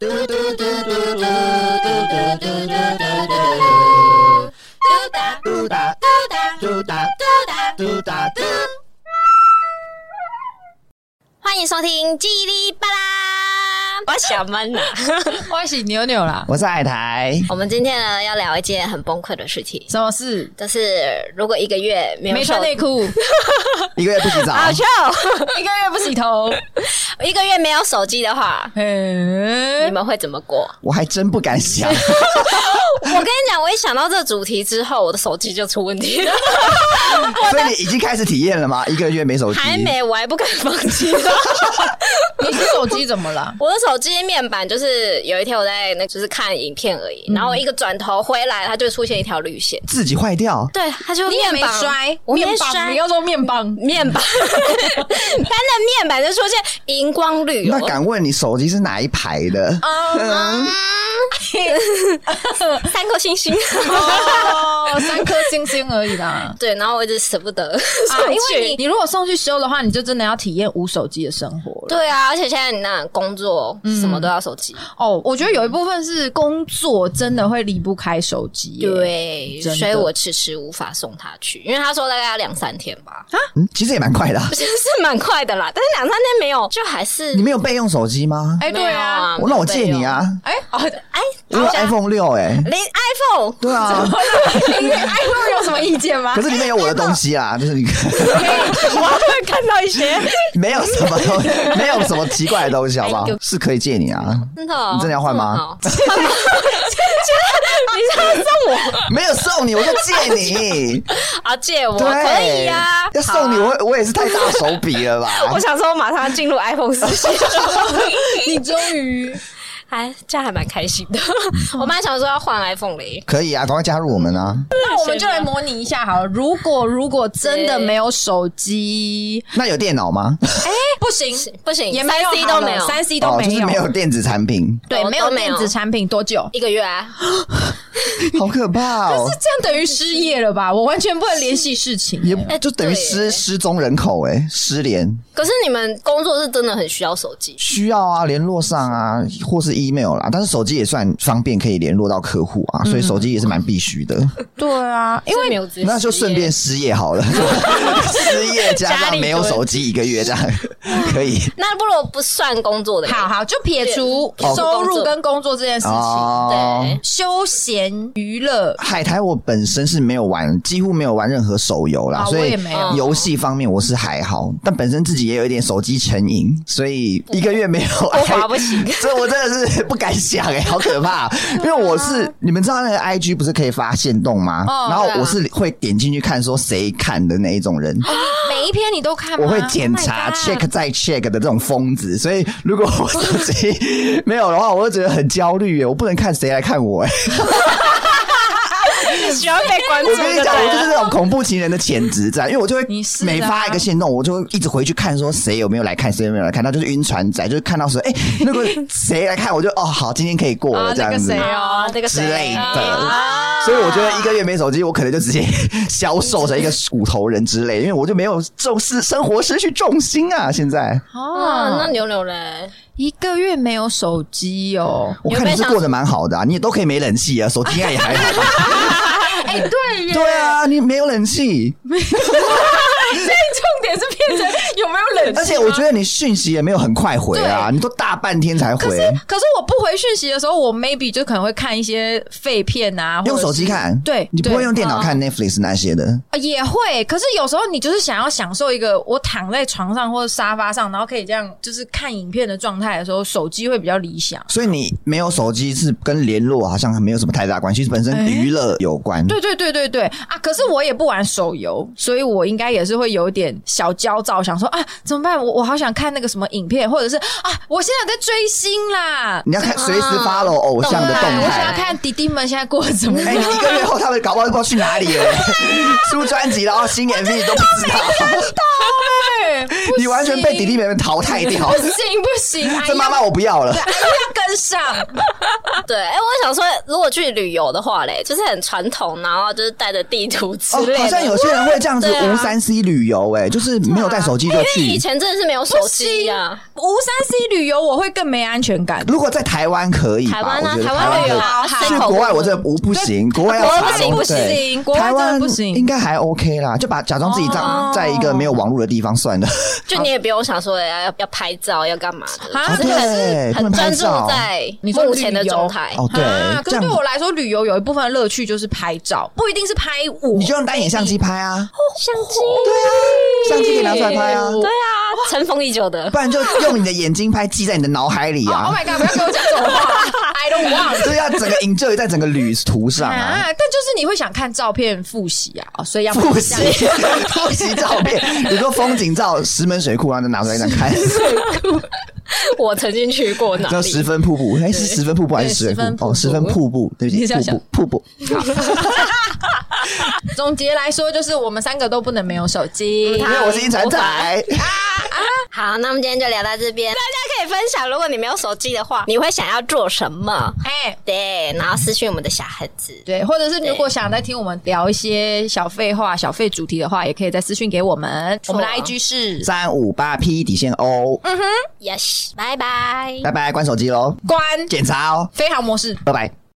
嘟嘟嘟嘟嘟嘟嘟嘟嘟嘟嘟哒嘟哒嘟嘟哒哒嘟哒嘟哒嘟。欢迎收听《叽里吧啦》，我小闷 呐。 欢喜扭扭啦，我是海苔，啊我们今天呢要聊一件很崩溃的事情，什么事？就是如果一个月没有没穿手内裤， 一一个月不洗澡，好臭，个月不洗 头， 一个月没有手机的话，你嗯，们会怎么过？ 我还真不敢想。我跟你讲，我一想到这个主题之后，我的手机就出问题了，所以你已经开始体验了吗？一个月没手机，还没，我还不敢放 弃。你是手机怎么 了？我的手机面板就是有一天我在那就是看影片而已，然后我一个转头回来，它就出现一条绿线，自己坏掉，对，它就面板，我没面棒，摔你。要说面棒，面 板，它的面板就出现荧光绿、那哦，敢问你手机是哪一排的？嗯，三颗星星。 哦，三颗星星而已 啦。 对，然后我一直舍不得 上啊去、，因为你你如果送去修的话，你就真的要体验无手机的生活了。对啊，而且现在你那工作什么都要手机，哦，我觉得有一部分是工作真的会离不开手机耶。对，真的所以我迟迟无法送他去，因为他说大概要两三天 吧，嗯其实也蛮快的啊。其实是蛮快的啦，但是两三天没有，就还是你没有备用手机吗？哎，对啊，我那我借你，啊，哎，哦，哎，我有 iPhone 六哎，连 iPhone 对啊，你对 iPhone 有什么意见 吗可？是里面有我的东西啦， 就是你啊我都会看到一些， 没有什么东西，没有什么奇怪的东西，好不好哎有？是可以借你啊，真的哦、哦你真的要换吗这么好？ 你要送我没有送你，我就借 你，啊？借我对，可以呀、要送你，好啊我我也是太大手笔了吧？ 我想说，马上进入 iPhone 时期，你终于还这样还蛮开心的。嗯我妈想说要换 iPhone 嘞，可以啊，赶快加入我们啊！那我们就来模拟一下好了。如果如果真的没有手机，那有电脑吗？不行，不行，也没有三 C 都没有，三 C 都哦，就没是有，没有电子产品，对，都没有都没有电子产品多久？一个月啊，好可怕哦！这样等于失业了吧？我完全不能联系事情。哎也就等于对失失踪人口哎、失联可是你们工作是真的很需要手机，需要啊，联络上啊，或是 email 啦，但是手机也算方便，可以联络到客户啊，所以手机也是蛮必须的。对啊，因是没为有资那就讯顺便耶。失业好了， 失业加上没有手机一个月这样可以那不如不算工作的耶，好好就撇除撇除收入跟工作这件事情，哦。对休闲娱乐海苔我本身是没有玩，几乎没有玩任何手游啦，啊，所我也以没有。游戏方面我是还好，但本身自己也有一点手机成瘾，所以一个月没有不滑不行 这我真的是不敢想哎、好可 怕！因为我是你们知道那个 IG 不是可以发限动吗？哦然后对啊我是会点进去看说谁看的那一种人。每一篇你都看吗？我会检啊 Oh 查 my god check 再 check 的这种疯子，所以如果我手机 没有的话，我会觉得很焦虑耶，我不能看谁来看我哎。喜欢被关注 我跟你就讲，我对就是了。那种恐怖情人的潜质在，因为我就会啊你是啊每发一个线动，我就会一直回去看说谁有没有来看，谁有没有来看，他就是晕船仔，就是看到说哎、 那个谁来看，我就哦好，今天可以过啊了这样子那个。谁啊，这个之类的啊所以我觉得一个月没手机，我可能就直接消瘦成一个骨头人之类，因为我就没有重视生活，失去重心啊！现在哦，那哦，牛牛嘞，一个月没有手机哦。我看你是过得蛮好的啊，你也都可以没冷气啊，手机应该也还 好吧。哎，对耶，对啊，你没有冷气，重点是变成有没有冷气吗？而且我觉得你讯息也没有很快回啊，你都大半天才可回是，可是我不回讯息的时候，我 maybe 就可能会看一些废片啊，或者用是手机看，对，你不对会用电脑嗯看 Netflix 那些的。呃也会。可是有时候你就是想要享受一个我躺在床上或者沙发上，然后可以这样就是看影片的状态的时候，手机会比较理想。所以你没有手机是跟联络好像没有什么太大关系，是本身娱乐有关。对对对对对啊！可是我也不玩手游，所以我应该也是会有点小焦躁，想说啊怎么办？我我好想看那个什么影片，或者是啊我现在有在追星啦，你要看随时 follow 偶像的动我想态。要看弟弟们现在过得啊怎么哎，样。你一个月后他们搞不好不知道去哪 里了，出专辑然后新 MV 都不知道，欸不 你完全被行弟弟妹妹淘汰掉不。行不行，哎这呀妈妈我不要啊了，哎要跟上，对，哎、我想说，如果去旅游的话嘞，就是很传统，然后就是带着地图之哦类的，，好像有些人会这样子对啊啊无三 C 旅游，哎，就是就是没有带手机就以去。前真的是没有手机啊呀、无三 C 旅游我会更没安全感。如果在台湾可以吧，台湾啊我觉得台湾台旅游湾啊可以山去口国外公园我这不不行，国外要国外查不行漏不对行国外台真的湾不行应该还 OK 啦，就把假装自己在哦在一个没有网络的地方算了。就你也不用想说要要要拍照要干嘛的，啊就是对很不能很拍专注照在你说目前的旅游状态。哦，对啊，这可是对样我来说，旅游有一部分的乐趣就是拍照，不一定是拍我。你就用单眼相机拍啊，相机，相机可啊以拿出来拍啊，对啊，尘封已久的不。然就用你的眼睛拍，记在你的脑海里哦，Oh 啊 my，god！不要给我讲这种话 ，I don't want。这要整个 enjoy 在整个旅途上啊。啊！但就是你会想看照片复习啊，哦所以要复习这样 复习照片，比如说风景照、石门水库，然后就拿出来一张看， 我曾经去过哪叫里？十分瀑布，哎，是十分瀑布还是对十十分分瀑布？瀑布哦，十分瀑布，对不你起，想瀑想布瀑布。总结来说，就是我们三个都不能没有手机因。为我是一船仔，好，那我们今天就聊到这边。大家可以分享，如果你没有手机的话，你会想要做什么？哎，对，然后私讯我们的小盒子。对，或者是如果想再听我们聊一些小废话、小废主题的话，也可以再私讯给我们。我们的 IG 是三五八 P 底线 O， Yes，拜拜。拜拜，关手机喽，关检查哦，飞行模式。拜拜。